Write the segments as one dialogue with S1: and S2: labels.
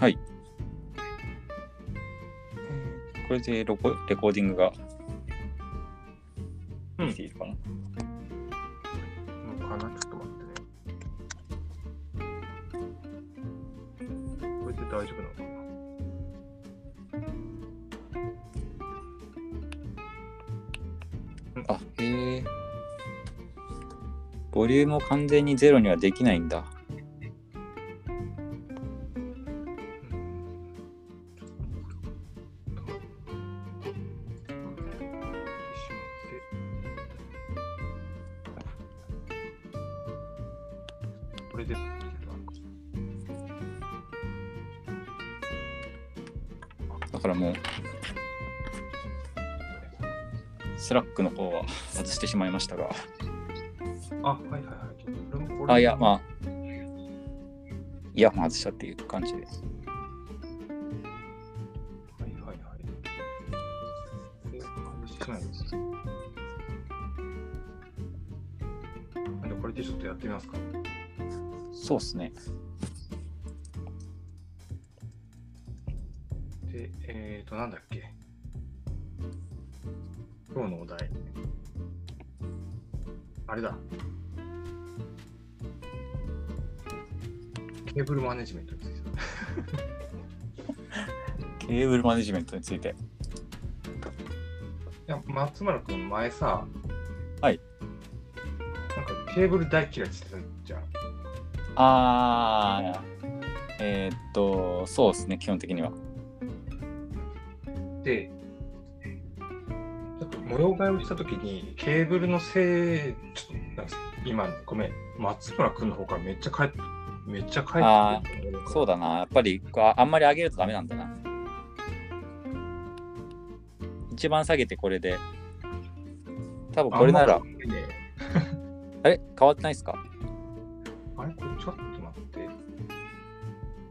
S1: はい。これでロコレコーディングができているかな。
S2: のかなちょっと待ってね。これで大丈夫なのかな
S1: あ、へえ。ボリュームを完全にゼロにはできないんだ。
S2: うんちょっとこれをこれで、
S1: だからもう、スラックの方は外してしまいましたが。
S2: あ、はいはいはい。ちょっとこれもこれ
S1: あ、いや、まあ、イヤホン外したっていう感じで。
S2: はいはいはい。で、外してないです。なんでこれでちょっとやってみますか。
S1: そうですね。
S2: で、えっ、ー、と、なんだっけ。今日のお題。あれだ。ケーブルマネジメントについてだ。
S1: ケーブルマネジメントについて。
S2: いや、松村君、前さ、
S1: はい。
S2: なんかケーブル大嫌いって言ってたじゃん。
S1: あー、えーっと、そうですね、基本的には。
S2: で、ちょっと模様替えをしたときに、ケーブルのせい、ちょっとなんか今、ごめん、松村君の方からめっちゃ帰って、めっちゃ帰ってくる
S1: そうだな、やっぱりああんまり上げるとダメなんだな。一番下げてこれで。多分これなら、
S2: あんま変わんないね
S1: あれ変わってないですか
S2: あれこれちょっと待って。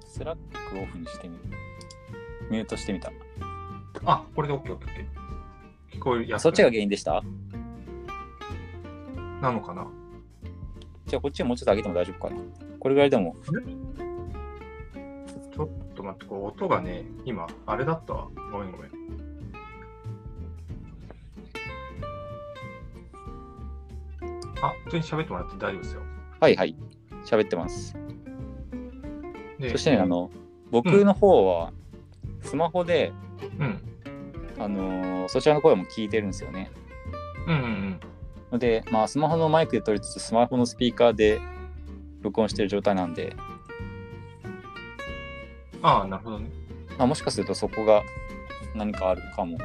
S1: スラックオフにしてみる。ミュートしてみた。
S2: あ、これで OKOKOK。聞こえるやつ
S1: そっちが原因でした
S2: なのかな
S1: じゃあこっちもうちょっと上げても大丈夫かなこれぐらいでも。
S2: ちょっと待って、これ音がね、今、あれだったわ。ごめんごめん。あ、普通に喋ってもらって大丈夫ですよ。
S1: はいはい。喋ってます。
S2: で
S1: そしてね、あ、の、僕の方は、スマホで、
S2: うん。
S1: あのーそちらの声も聞いてるんですよね。
S2: うんうんうん。
S1: ので、まあ、スマホのマイクで撮りつつ、スマホのスピーカーで録音してる状態なんで、
S2: ああ、なるほどね。
S1: まあ、もしかするとそこが何かあるかも。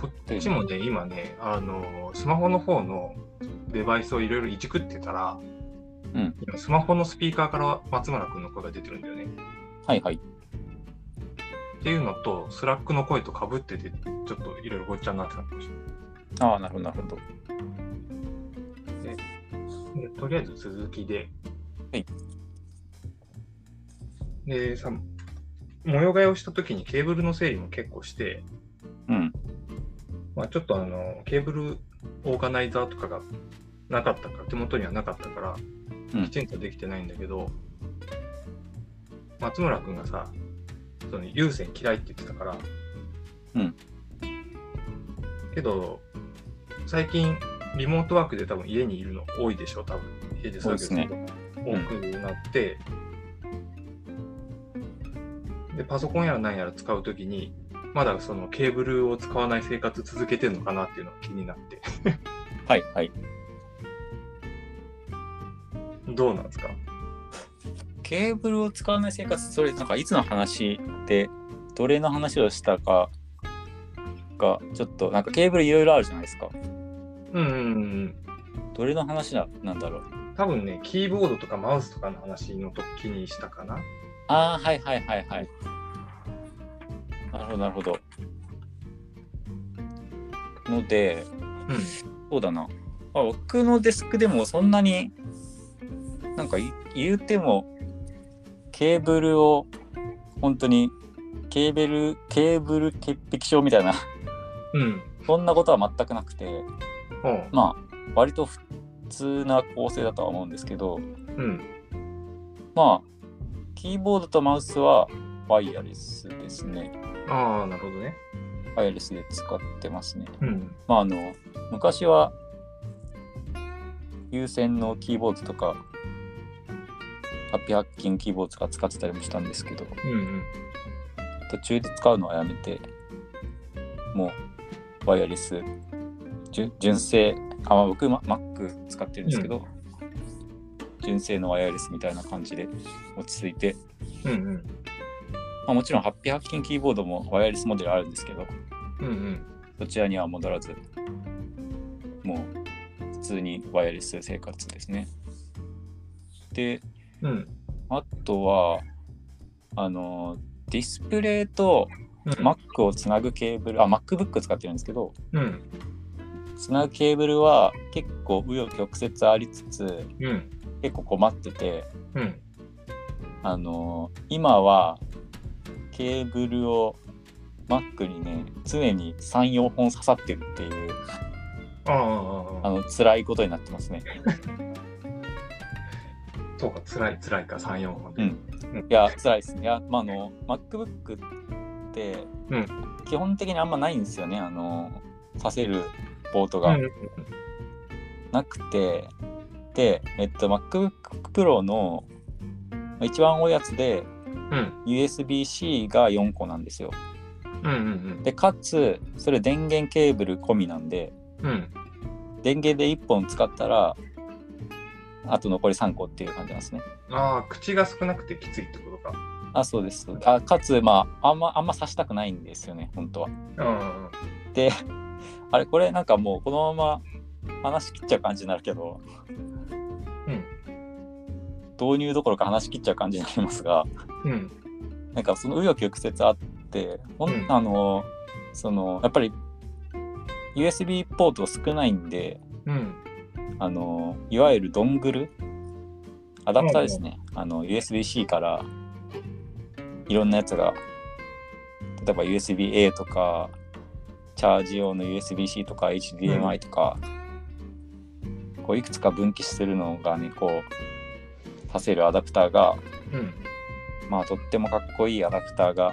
S2: こっちもね、今ね、あの、スマホの方のデバイスをいろいろいじくってたら、
S1: うん
S2: 今スマホのスピーカーから松村君の声が出てるんだよね。
S1: はいはい。
S2: っていうのと、スラックの声とかぶってて、ちょっといろいろごっちゃになってたかもしれない
S1: ああ、なるほど、なるほど。
S2: でとりあえず続きで。
S1: はい。
S2: で、さ、模様替えをしたときにケーブルの整理も結構して、
S1: うん。
S2: まあ、ちょっとあの、ケーブルオーガナイザーとかがなかったから、手元にはなかったから、
S1: うん
S2: きちんとできてないんだけど、松村君がさ、その有線嫌いって言ってたから、
S1: うん。
S2: けど、最近、リモートワークで多分家にいるの多いでしょ、多分。家で作業するの多くなって、で、パソコンやら何やら使うときに、まだそのケーブルを使わない生活続けてるのかなっていうのが気になって。
S1: はいはい。
S2: どうなんですか
S1: ケーブルを使わない生活、それ、なんかいつの話で、どれの話をしたかが、ちょっと、なんかケーブルいろいろあるじゃないですか。
S2: うんうんうん
S1: どれの話ななんだろう。
S2: うん。多分ね、キーボードとかマウスとかの話の時にしたかな。
S1: ああ、はいはいはいはい。なるほど、なるほど。ので、
S2: うん。
S1: そうだな。まあ、僕のデスクでもそんなに、なんかい言うても、ケーブルを、本当に、ケーブル、ケーブル潔癖症みたいな、
S2: うん。
S1: そんなことは全くなくて、
S2: おう
S1: まあ、割と普通な構成だとは思うんですけど、
S2: うん。
S1: まあ、キーボードとマウスはワイヤレスですね。
S2: ああ、なるほどね。
S1: ワイヤレスで使ってますね。
S2: うん。
S1: まああの昔は有線のキーボードとかハッピーハッキングキーボードとか使ってたりもしたんですけど
S2: うんうん。
S1: 途中で使うのはやめてもうワイヤレス純純正あ、まあ、僕マ Mac 使ってるんですけど、純正のワイヤレスみたいな感じで落ち着いて、
S2: うん
S1: まあ、もちろんハッピーハッキングキーボードもワイヤレスモデルあるんですけど
S2: うん。うんうん。
S1: そちらには戻らず、もう普通にワイヤレス生活ですね。で、
S2: うん。
S1: あとは、あの、ディスプレイと
S2: うん。
S1: Mac をつなぐケーブル、あ、MacBook 使ってるんですけど、
S2: うん。
S1: つなぐケーブルは結構紆余曲折ありつつ、
S2: うん。
S1: 結構困ってて、
S2: うん。
S1: あの、今はケーブルを Mac にね、常に3、4本刺さってるっていう、
S2: あ
S1: あ
S2: あ。
S1: の、辛いことになってますね。
S2: そうか、辛い辛いか、3、4本で。
S1: うんいや、辛いですね。いや、まあ、あの、MacBook って
S2: うん、
S1: 基本的にあんまないんですよね、あの、させるポートが
S2: うん
S1: なくて、で、えっと、MacBook Pro のまあ一番多いやつで、
S2: うん。
S1: USB-C が4個なんですよ。
S2: うんうん
S1: で、かつ、それ電源ケーブル込みなんで、
S2: うん。うん。
S1: 電源で1本使ったら、あと残り3個っていう感じなんですね。
S2: ああ、口が少なくてきついってことか。
S1: あ、そうです。あかつ、まあ、あんま、あんま刺したくないんですよね、本当は。
S2: うん。
S1: であれこれなんかもうこのまま話し切っちゃう感じになるけど、
S2: うん
S1: 導入どころか話し切っちゃう感じになりますが
S2: うん。
S1: なんかその紆余曲折あってほん、
S2: うん
S1: あのそのやっぱり USB ポート少ないんで
S2: うん。
S1: あのいわゆるドングルアダプターですね、あの USB-C からいろんなやつが例えば USB-A とかチャージ用の USB-C とか HDMI とか、こういくつか分岐するのがねこうさせるアダプターが
S2: うん。
S1: まあとってもかっこいいアダプターが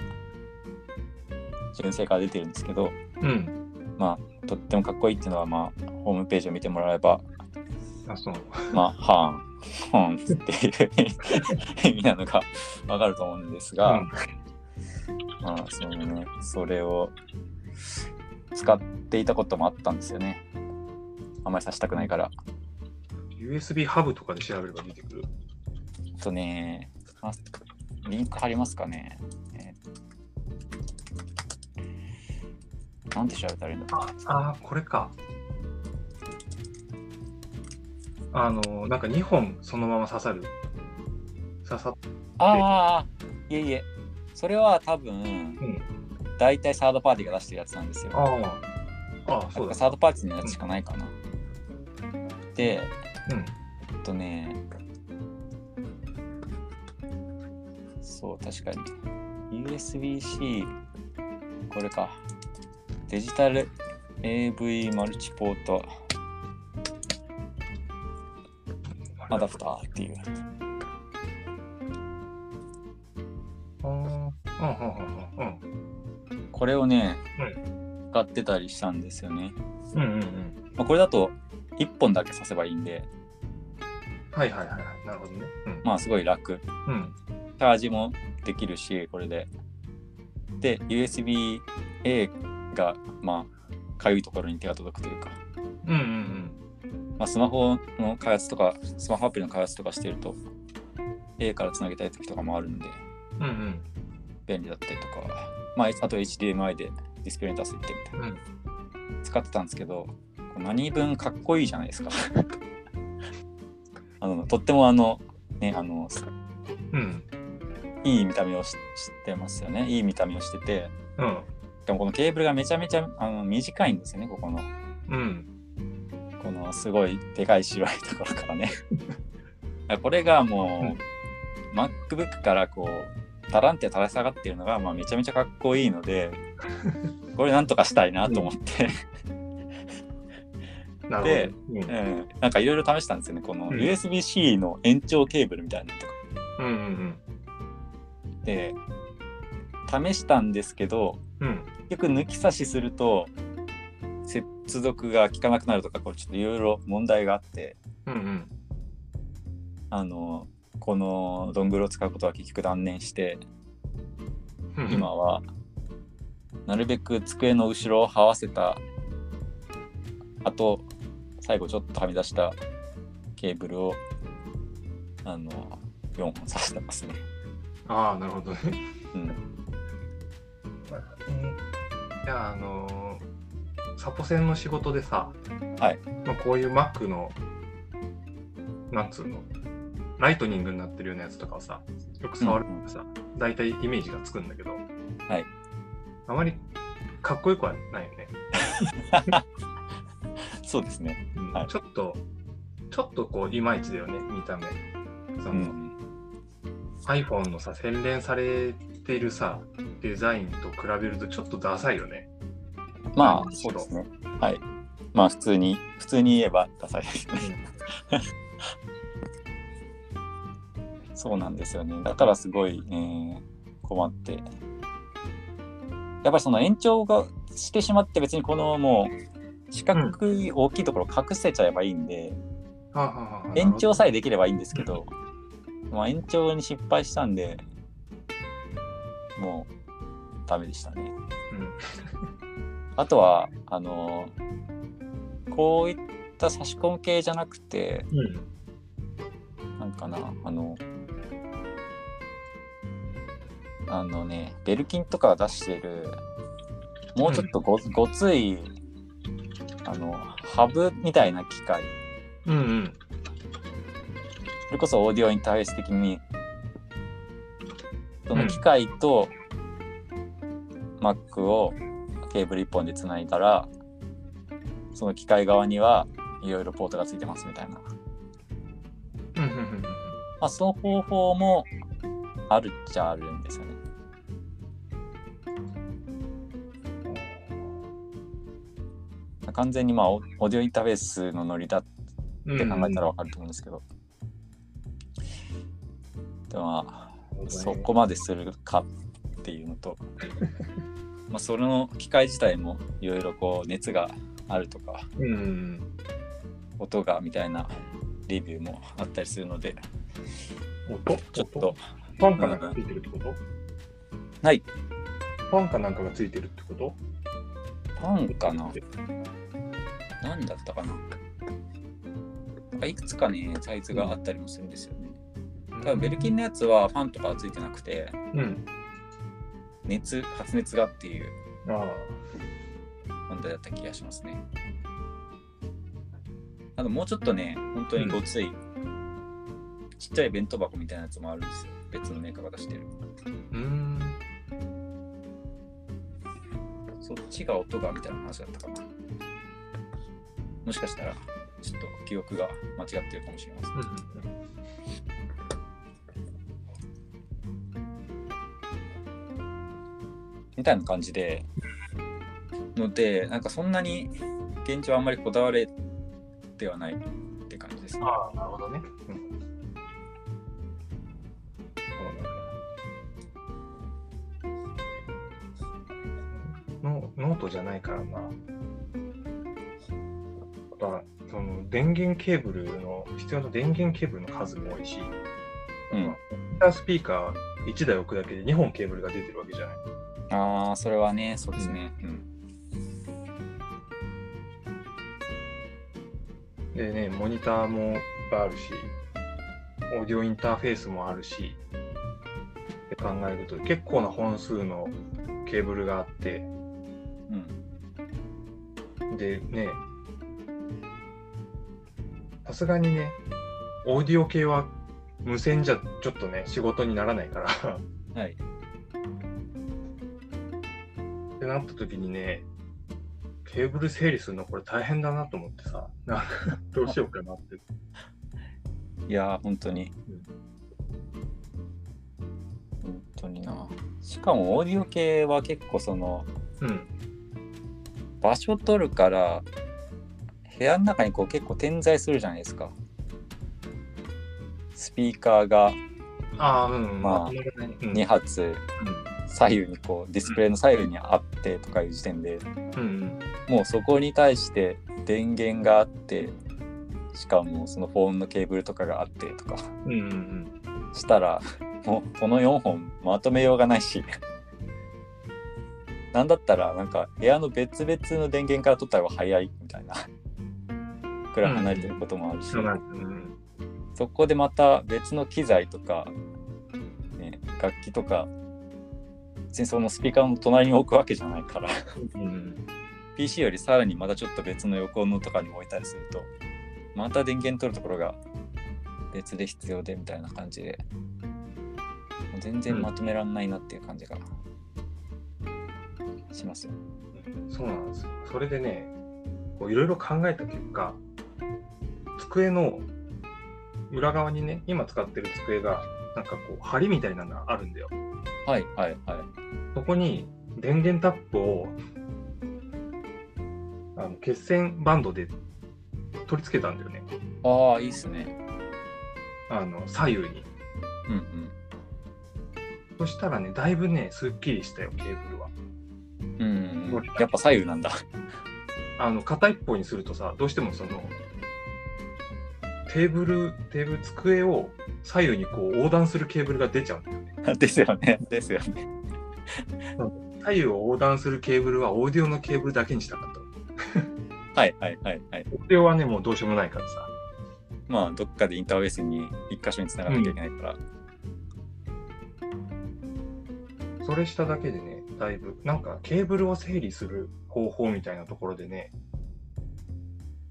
S1: 純正から出てるんですけど
S2: うん。
S1: まあとってもかっこいいっていうのはまあホームページを見てもらえば
S2: あ、そう。
S1: まあ、はーん、はーんっていう意味なのがわかると思うんですが、まあ、そのね、それを使っていたこともあったんですよね。あんまりさしたくないから。
S2: USB ハブとかで調べれば出てくる。
S1: あとね、あリンク貼りますかね。えーなんて調べたらいいんだろ
S2: ああ、これか。あの、なんか2本そのまま刺さる。刺さっ
S1: う。ああ、いえいえ。それは多分、
S2: うん
S1: 大体サードパーティーが出してるやつなんですよ。
S2: ああ。ああ、そうだ。
S1: サードパーティーのやつしかないかな。で、
S2: うん。
S1: えっとね、そう、確かに。USB-C、これか。デジタル AV マルチポートアダプターっていう。
S2: あーうんうんうん
S1: これをね
S2: は、
S1: 使ってたりしたんですよね。
S2: うんうんうんうん
S1: まあ、これだと1本だけ刺せばいいんで、
S2: はいはいはいはいなるほどねうん
S1: まあすごい楽。
S2: うん
S1: チャージもできるし、これで。で、USB-A が、まあ、かゆいところに手が届くというか、
S2: うんうん
S1: まあ、スマホの開発とか、スマホアプリの開発とかしてると、A からつなげたい時とかもあるんで、
S2: うんうん
S1: 便利だったりとか、まあ、あと HDMI でディスプレイに出せてみたい
S2: うん
S1: な、使ってたんですけど、こう何分かっこいいじゃないですか。 あのとってもあの、ね、あの、
S2: うん
S1: いい見た目をししてますよね。いい見た目をしてて、
S2: うん
S1: でもこのケーブルがめちゃめちゃあの短いんですよね、ここの。
S2: うん
S1: このすごいでかい白いところからね。これがもう、MacBook からこう、タランって垂れ下がってるのが、まあ、めちゃめちゃかっこいいので、これなんとかしたいなと思って、
S2: な
S1: で
S2: るほどうん
S1: なんかいろいろ試したんですよね。この
S2: うん
S1: USB-C の延長ケーブルみたいなのとか。
S2: うんうん
S1: って試したんですけど
S2: うん。
S1: 結局抜き差しすると接続が効かなくなるとかこうちょっといろいろ問題があって
S2: うんうん。
S1: あのこのドングルを使うことは結局断念して
S2: うん
S1: 今はなるべく机の後ろを這わせたあと最後ちょっとはみ出したケーブルをあの4本刺してますね。
S2: ああ、なるほどね。
S1: うん、
S2: いや、あのーサポセンの仕事でさ、
S1: はい
S2: まあ、こういう Mac の、なんつうの、ライトニングになってるようなやつとかをさ、よく触るのがさ、大体イメージがつくんだけど、
S1: はい
S2: あまりかっこよくはないよね。
S1: そうですね。
S2: うん
S1: はい
S2: ちょっと、ちょっとこう、いまいちだよね、見た目。そうの
S1: ん、
S2: iPhone のさ、洗練されてるさ、デザインと比べるとちょっとダサいよね。
S1: まあそうですね。はい。まあ普通に普通に言えばダサいですね。 そうなんですよね。だからすごい、えー困って。やっぱりその延長がしてしまって別にこのもう四角い大きいところ隠せちゃえばいいんで、
S2: はあはあはあなるほど
S1: 延長さえできればいいんですけど、まあ延長に失敗したんで、もうダメでしたね。
S2: うん
S1: あとは、あのーこういった差し込む系じゃなくて、
S2: うん。
S1: なんかな、あの、あのね、ベルキンとかが出してる、もうちょっとご,、ごつい、あの、ハブみたいな機械、
S2: うんうん。
S1: それこそオーディオインターフェース的に、その機械と Mac をケーブル1本でつないだら、その機械側にはいろいろポートがついてますみたいな。
S2: うんうんうん
S1: まあ、その方法もあるっちゃあるんですよね。完全にまあオオーディオインターフェースのノリだって
S2: うんう
S1: 考
S2: ん
S1: えたらわかると思うんですけど、でもまあそこまでするかっていうのとまあその機械自体もいろいろこう熱があるとか
S2: うんうん
S1: 音がみたいなレビューもあったりするので
S2: うん。音
S1: ちょっと
S2: ファンかなんかついてるってこと
S1: はい
S2: ファンかなんかがついてるってこと
S1: パンかな何だったかななんかいくつかねサイズがあったりもするんですよね
S2: 多
S1: 多分ベルキンのやつはファンとかはついてなくて
S2: うん。
S1: 熱発熱がっていう
S2: ああ。
S1: 問題だった気がしますねあともうちょっとね本当にごつい、ちっちゃい弁当箱みたいなやつもあるんですよ別のメーカーが出してる
S2: うーん。
S1: そっちが音がみたいな話だったかなもしかしたらちょっと記憶が間違ってるかもしれませんみたいな感じでのでなんかそんなに現状あんまりこだわれてはないって感じですね。
S2: ああ、なるほどね。うんノノートじゃないからな。やっぱその電源ケーブルの必要な電源ケーブルの数も多いし、
S1: うん、
S2: インタースピーカー1台置くだけで2本ケーブルが出てるわけじゃない。
S1: ああそれはねそうですね。うん
S2: でね、モニターもいっぱいあるし、オーディオインターフェースもあるし、って考えると結構な本数のケーブルがあって、
S1: うん
S2: でね、さすがにね、オーディオ系は無線じゃちょっとね、仕事にならないから。
S1: はい。
S2: ってなった時にね、ケーブル整理するのこれ大変だなと思ってさ、なんかどうしようかなって。
S1: いやー本当に
S2: うん。
S1: 本当にな。しかもオーディオ系は結構その
S2: うん。
S1: 場所取るから部屋の中にこう結構点在するじゃないですか。スピーカーが
S2: ああ、うん。
S1: まあ
S2: 止まらない
S1: 2発左右にこうディスプレイの左右にあってとかいう時点で
S2: うん。うん。
S1: もうそこに対して電源があってしかもそのフォンのケーブルとかがあってとか
S2: うん。うんうん。
S1: したらもうこの4本まとめようがないしなんだったらなんか部屋の別々の電源から取った方が早いみたいなくらい離れてることもあるし、
S2: そうなんですね
S1: そこでまた別の機材とか、ね、楽器とか別にそのスピーカーの隣に置くわけじゃないから
S2: うん。
S1: PC よりさらにまたちょっと別の横のとかに置いたりするとまた電源取るところが別で必要でみたいな感じでもう全然まとめらんないなっていう感じがしますよ。
S2: そうなんですよ。それでね、こういろいろ考えた結果、机の裏側にね、今使ってる机が、なんかこう、針みたいなのがあるんだよ。
S1: はいはいはい。
S2: そこに電源タップをあの血栓バンドで取り付けたんだよね。
S1: ああいいっすね。
S2: あの左右に。
S1: うんうん。
S2: そしたらね、だいぶね、すっきりしたよ、ケーブルは。
S1: うんうん、やっぱ左右なんだ。
S2: あの片一方にするとさ、どうしてもその、テーブル、テーブル、机を左右にこう横断するケーブルが出ちゃうんだよね。
S1: ですよね。ですよね。
S2: 左右を横断するケーブルはオーディオのケーブルだけにしたかったの。
S1: はいはいはいはい。
S2: オーディオはね、もうどうしようもないからさ。
S1: まあ、どっかでインターフェースに一箇所につながなきゃいけないから。
S2: それしただけでね、だいぶ、なんかケーブルを整理する方法みたいなところでね、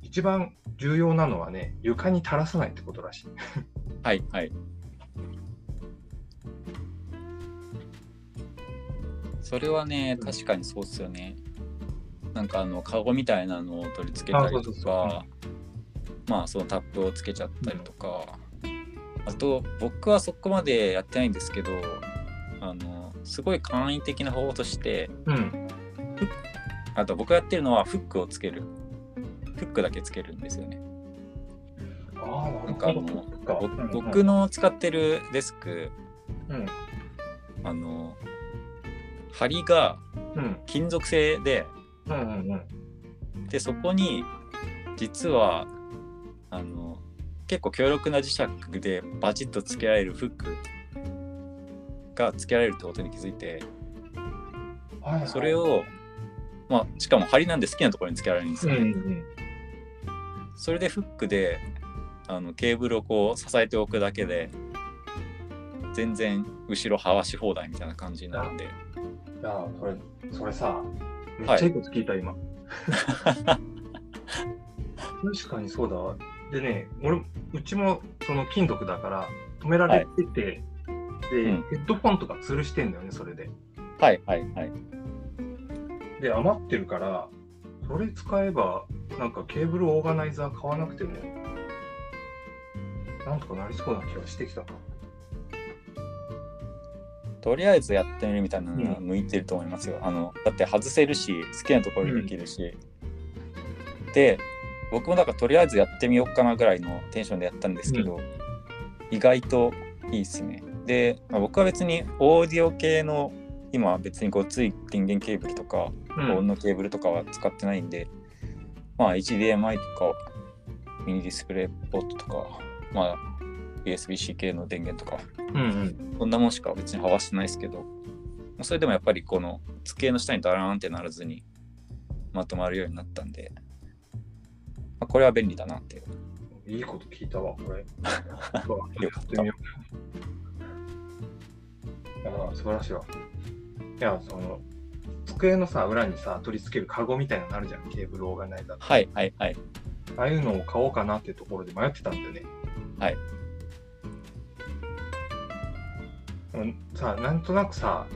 S2: 一番重要なのはね、床に垂らさないってことらしい。
S1: はいはい。それはね、
S2: うん
S1: 確かにそうっすよね。なんかあの、カゴみたいなのを取り付けたり
S2: あ
S1: と
S2: そうそうそ
S1: か、まあ、そのタップをつけちゃったりとか、あと、僕はそこまでやってないんですけど、あの、すごい簡易的な方法として、
S2: うん。
S1: あと僕がやってるのはフックをつける。フックだけつけるんですよね。
S2: ああ、な
S1: なんかあの
S2: そっか
S1: ぼ
S2: うんうん
S1: 僕の使ってるデスク、
S2: うん。
S1: あの、針が
S2: うん。
S1: 金属製で、
S2: うんうんうん。
S1: で、そこに、実は、あの、結構強力な磁石でバチッとつけられるフックがつけられるってことに気づいて、
S2: はいはい
S1: それ。を、まあ、しかも針なんで好きなところにつけられるんです
S2: うん
S1: よ
S2: う
S1: ね。
S2: ん
S1: それでフックであのケーブルをこう支えておくだけで全然後ろはわし放題みたいな感じになるんで
S2: うん。いやー、それ、それさ、めっちゃいいこと聞いた、今。 確かにそうだわ。でね、俺、うちもその金属だから止められてて、で、
S1: うん
S2: ヘッドフォンとか吊るしてんだよね、それで。
S1: はいはいはい
S2: で、余ってるから、それ使えば、なんかケーブルオーガナイザー買わなくても、なんとかなりそうな気がしてきたな。
S1: とりあえずやってみるみたいなのが
S2: う
S1: 向いてると思いますよ、あのだって外せるし好きなところにできるし、で僕もだからとりあえずやってみようかなぐらいのテンションでやったんですけど、意外といいっすねで、まあ僕は別にオーディオ系の今は別にごつい電源ケーブルとか
S2: う
S1: オン
S2: ん
S1: のケーブルとかは使ってないんで、まあ HDMI とかミニディスプレイポートとか、まあ USB-C 系の電源とか、
S2: うん
S1: そんなもんしか別にはわしてないですけど、まあそれでもやっぱりこの机の下にダラーンってならずにまとまるようになったんで、まあ、これは便利だなっていう。
S2: うん、いいこと聞いたわ、これ。
S1: よかっ
S2: やってみよう。ああ、素晴らしいわ。いや、その、机のさ、裏にさ、取り付けるカゴみたいなのあるじゃん、ケーブルオーガナイザー。
S1: た。はいはいはい。
S2: ああいうのを買おうかなってところで迷ってたんだよね。
S1: はい。
S2: うん、さあ、なんとなくさ、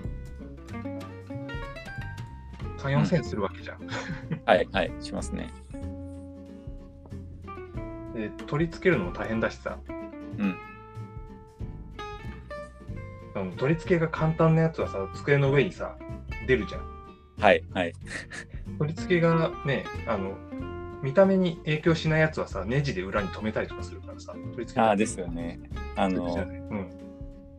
S2: 3、4000円するわけじゃん。
S1: はいはい。しますね。
S2: で、取り付けるのも大変だしさ。
S1: うん
S2: あの。取り付けが簡単なやつはさ、机の上にさ、出るじゃん。
S1: はいはい。
S2: 取り付けがねあの見た目に影響しないやつはさネジで裏に止めたりとかするからさ取り付け
S1: ああですよね。あ
S2: あ
S1: の、
S2: うん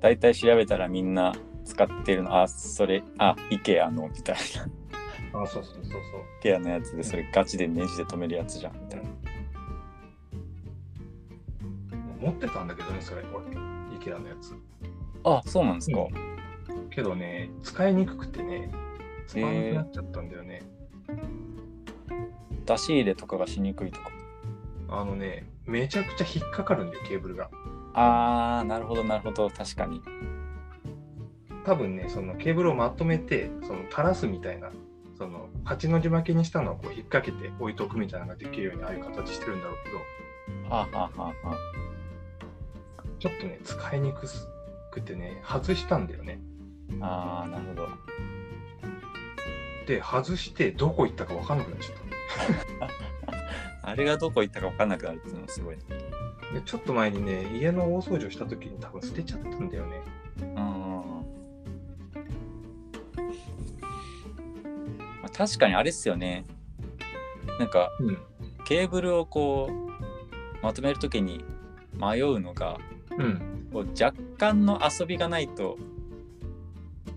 S1: 大体調べたらみんな使ってるのあそれあ IKEA のみたいな
S2: あ、そうそうそうそう。
S1: IKEA のやつでそれガチでネジで止めるやつじゃんみたいな
S2: 持ってたんだけどね、それ、俺、IKEA のやつ。
S1: あそうなんですか、
S2: けどね、使いにくくてね、使わなくなっちゃったんだよね。
S1: 出し入れとかがしにくいとか
S2: あのね、めちゃくちゃ引っかかるんだよ、ケーブルが。
S1: あーなるほどなるほど確かに
S2: 多分ね、そのケーブルをまとめて、その垂らすみたいな、その8の字巻きにしたのをこう引っ掛けて置いとくみたいなのができるように、ああいう形してるんだろうけど、
S1: はあ、はあはあは
S2: ちょっとね、使いにくくてね、外したんだよね。
S1: あ、あーなるほど
S2: で、外して、どこ行ったか分かんなくなっちゃった。
S1: あれがどこ行ったか分かんなくなるっていうのもすごい。
S2: でちょっと前にね、家の大掃除をした時に多分捨てちゃったんだよね。
S1: うん。まあ、確かにあれっすよね。なんか
S2: うん。
S1: ケーブルをこうまとめるときに迷うのが
S2: うん。
S1: こう若干の遊びがないと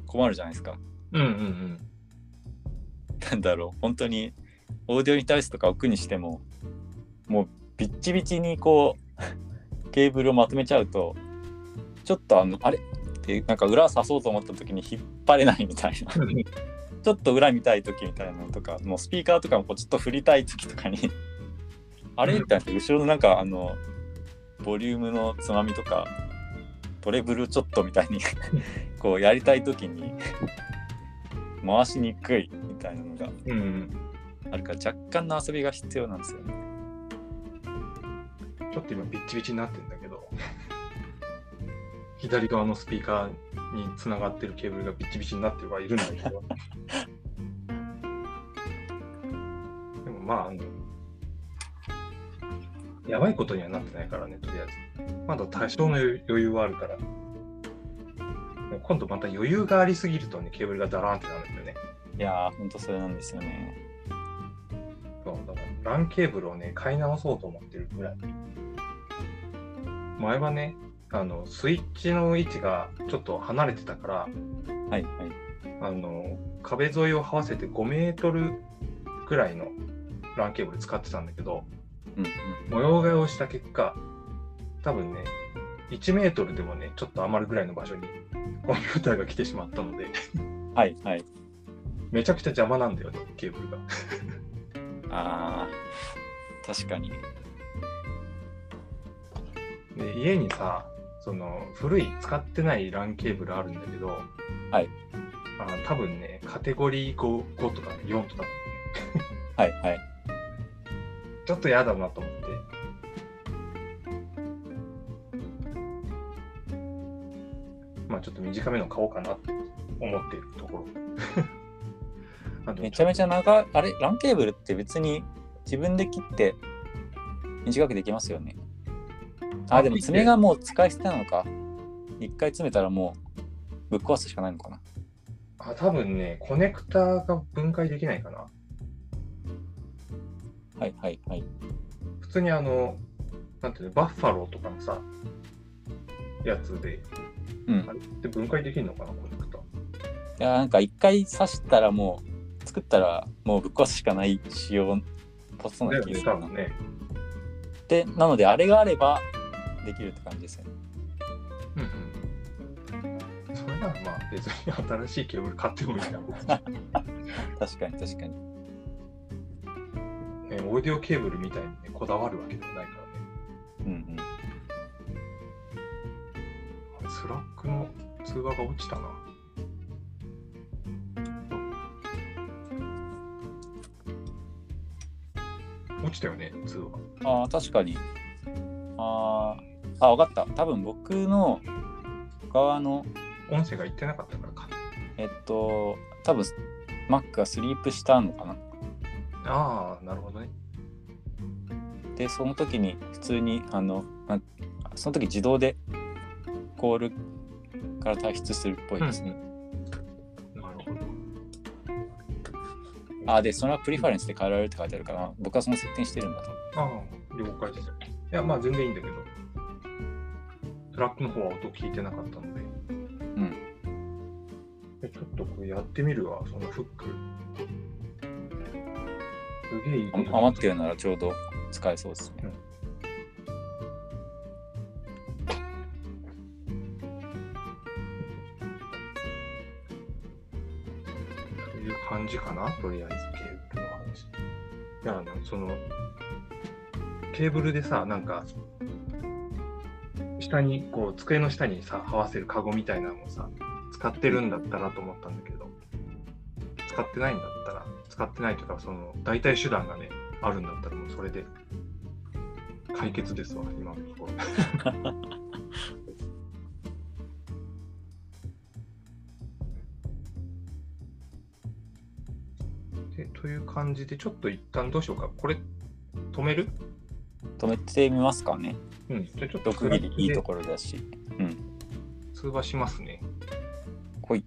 S1: 困るじゃないですか。
S2: うんうんうん。
S1: なんだろう本当にオーディオに対してとか置くにしてももうビッチビチにこう ケーブルをまとめちゃうとちょっとあのあれってなんか裏刺そうと思った時に引っ張れないみたいな ちょっと裏見たい時みたいなのとかもうスピーカーとかもこうちょっと振りたい時とかに あれみたいな後ろのなんかあのボリュームのつまみとかトレブルちょっとみたいにこうやりたい時に回しにくいみたいなのが
S2: うんうん、
S1: あるから若干の遊びが必要なんですよね。
S2: ちょっと今ビッチビチになってんだけど左側のスピーカーにつながってるケーブルがビッチビチになってはいるんだけどでもまああのやばいことにはなってないからねとりあえずまだ多少の余裕はあるからでも今度また余裕がありすぎるとねケーブルがダラーンってなるんだよね
S1: いやー、ほんとそれなんですよね。
S2: そうだからランケーブルをね買い直そうと思ってるぐらい前はねあのスイッチの位置がちょっと離れてたから
S1: はいはい。
S2: あの壁沿いを合わせて5メートルぐらいのランケーブル使ってたんだけど
S1: うん
S2: 模様替えをした結果多分ね1メートルでもねちょっと余るぐらいの場所にコンピューターが来てしまったので
S1: うん。はいはい。
S2: めちゃくちゃ邪魔なんだよねケーブルが
S1: あー、確かに。
S2: で家にさその古い使ってない LAN ケーブルあるんだけど、
S1: はい、
S2: あ多分ねカテゴリー 5, 5とか4とか
S1: はいはい。
S2: ちょっと嫌だなと思ってまあちょっと短めの買おうかなって思っているところ あ
S1: めちゃめ
S2: ち
S1: ちゃ長い、あれ、ランケーブルって別に自分で切って短くできますよね。あ、でも爪がもう使い捨てなのか。一回詰めたらもうぶっ壊すしかないのかな。
S2: ゃあ多分ねコネクターが分解できないかな
S1: はいはいはい。
S2: 普通にあのなんていうのバッファローとかのさやつで
S1: うん。
S2: あれって分解できるのかな、コネクタ。
S1: いやーなんか一回刺したらもう作ったらもうぶっ壊すしかない仕様ポスト
S2: だ
S1: な
S2: よ
S1: 気が
S2: ね、
S1: する
S2: 多
S1: な
S2: 分ね。
S1: でなのであれがあればできるって感じですよね
S2: うんうん。それならまあ別に新しいケーブル買ってもいい な。
S1: 確かに確かに
S2: ね、オーディオケーブルみたいにね、こだわるわけでもないからね。
S1: うん
S2: あれスラックの通話が落ちたな。落ちたよね、通話。
S1: うんああ確かにあーあ分かった多分僕の側の
S2: 音声が言ってなかったからか。
S1: えっと多分 Mac がスリープしたのかな
S2: ああ、なるほどね。
S1: でその時に普通にあのあその時自動でコールから退出するっぽいですね、
S2: なるほど。
S1: あ、で、それはプリファレンスで変えられるって書いてあるから、僕はその設定にしてるんだと。
S2: ああ、了解です。いや、まあ全然いいんだけど、トラックの方は音聞いてなかったので、えちょっとこれやってみるわ、そのフック。すげえいい。
S1: あ余ってるならちょうど使えそうですね。
S2: という感じかな、とりあえずケーブルの話。いや、あのその、ケーブルでさ、なんか、下に、こう、机の下にさ、這わせるカゴみたいなのをさ、使ってるんだったらと思ったんだけど、使ってないんだったら、使ってないというか、その、代替手段がね、あるんだったら、もうそれで、解決ですわ、今のところ。でという感じで、ちょっと一旦どうしようか。これ、止める
S1: 止めてみますかね。
S2: うん。じゃあちょっと
S1: 毒切りいいと
S2: こ
S1: ころだし。
S2: 通話しますね。
S1: ほい。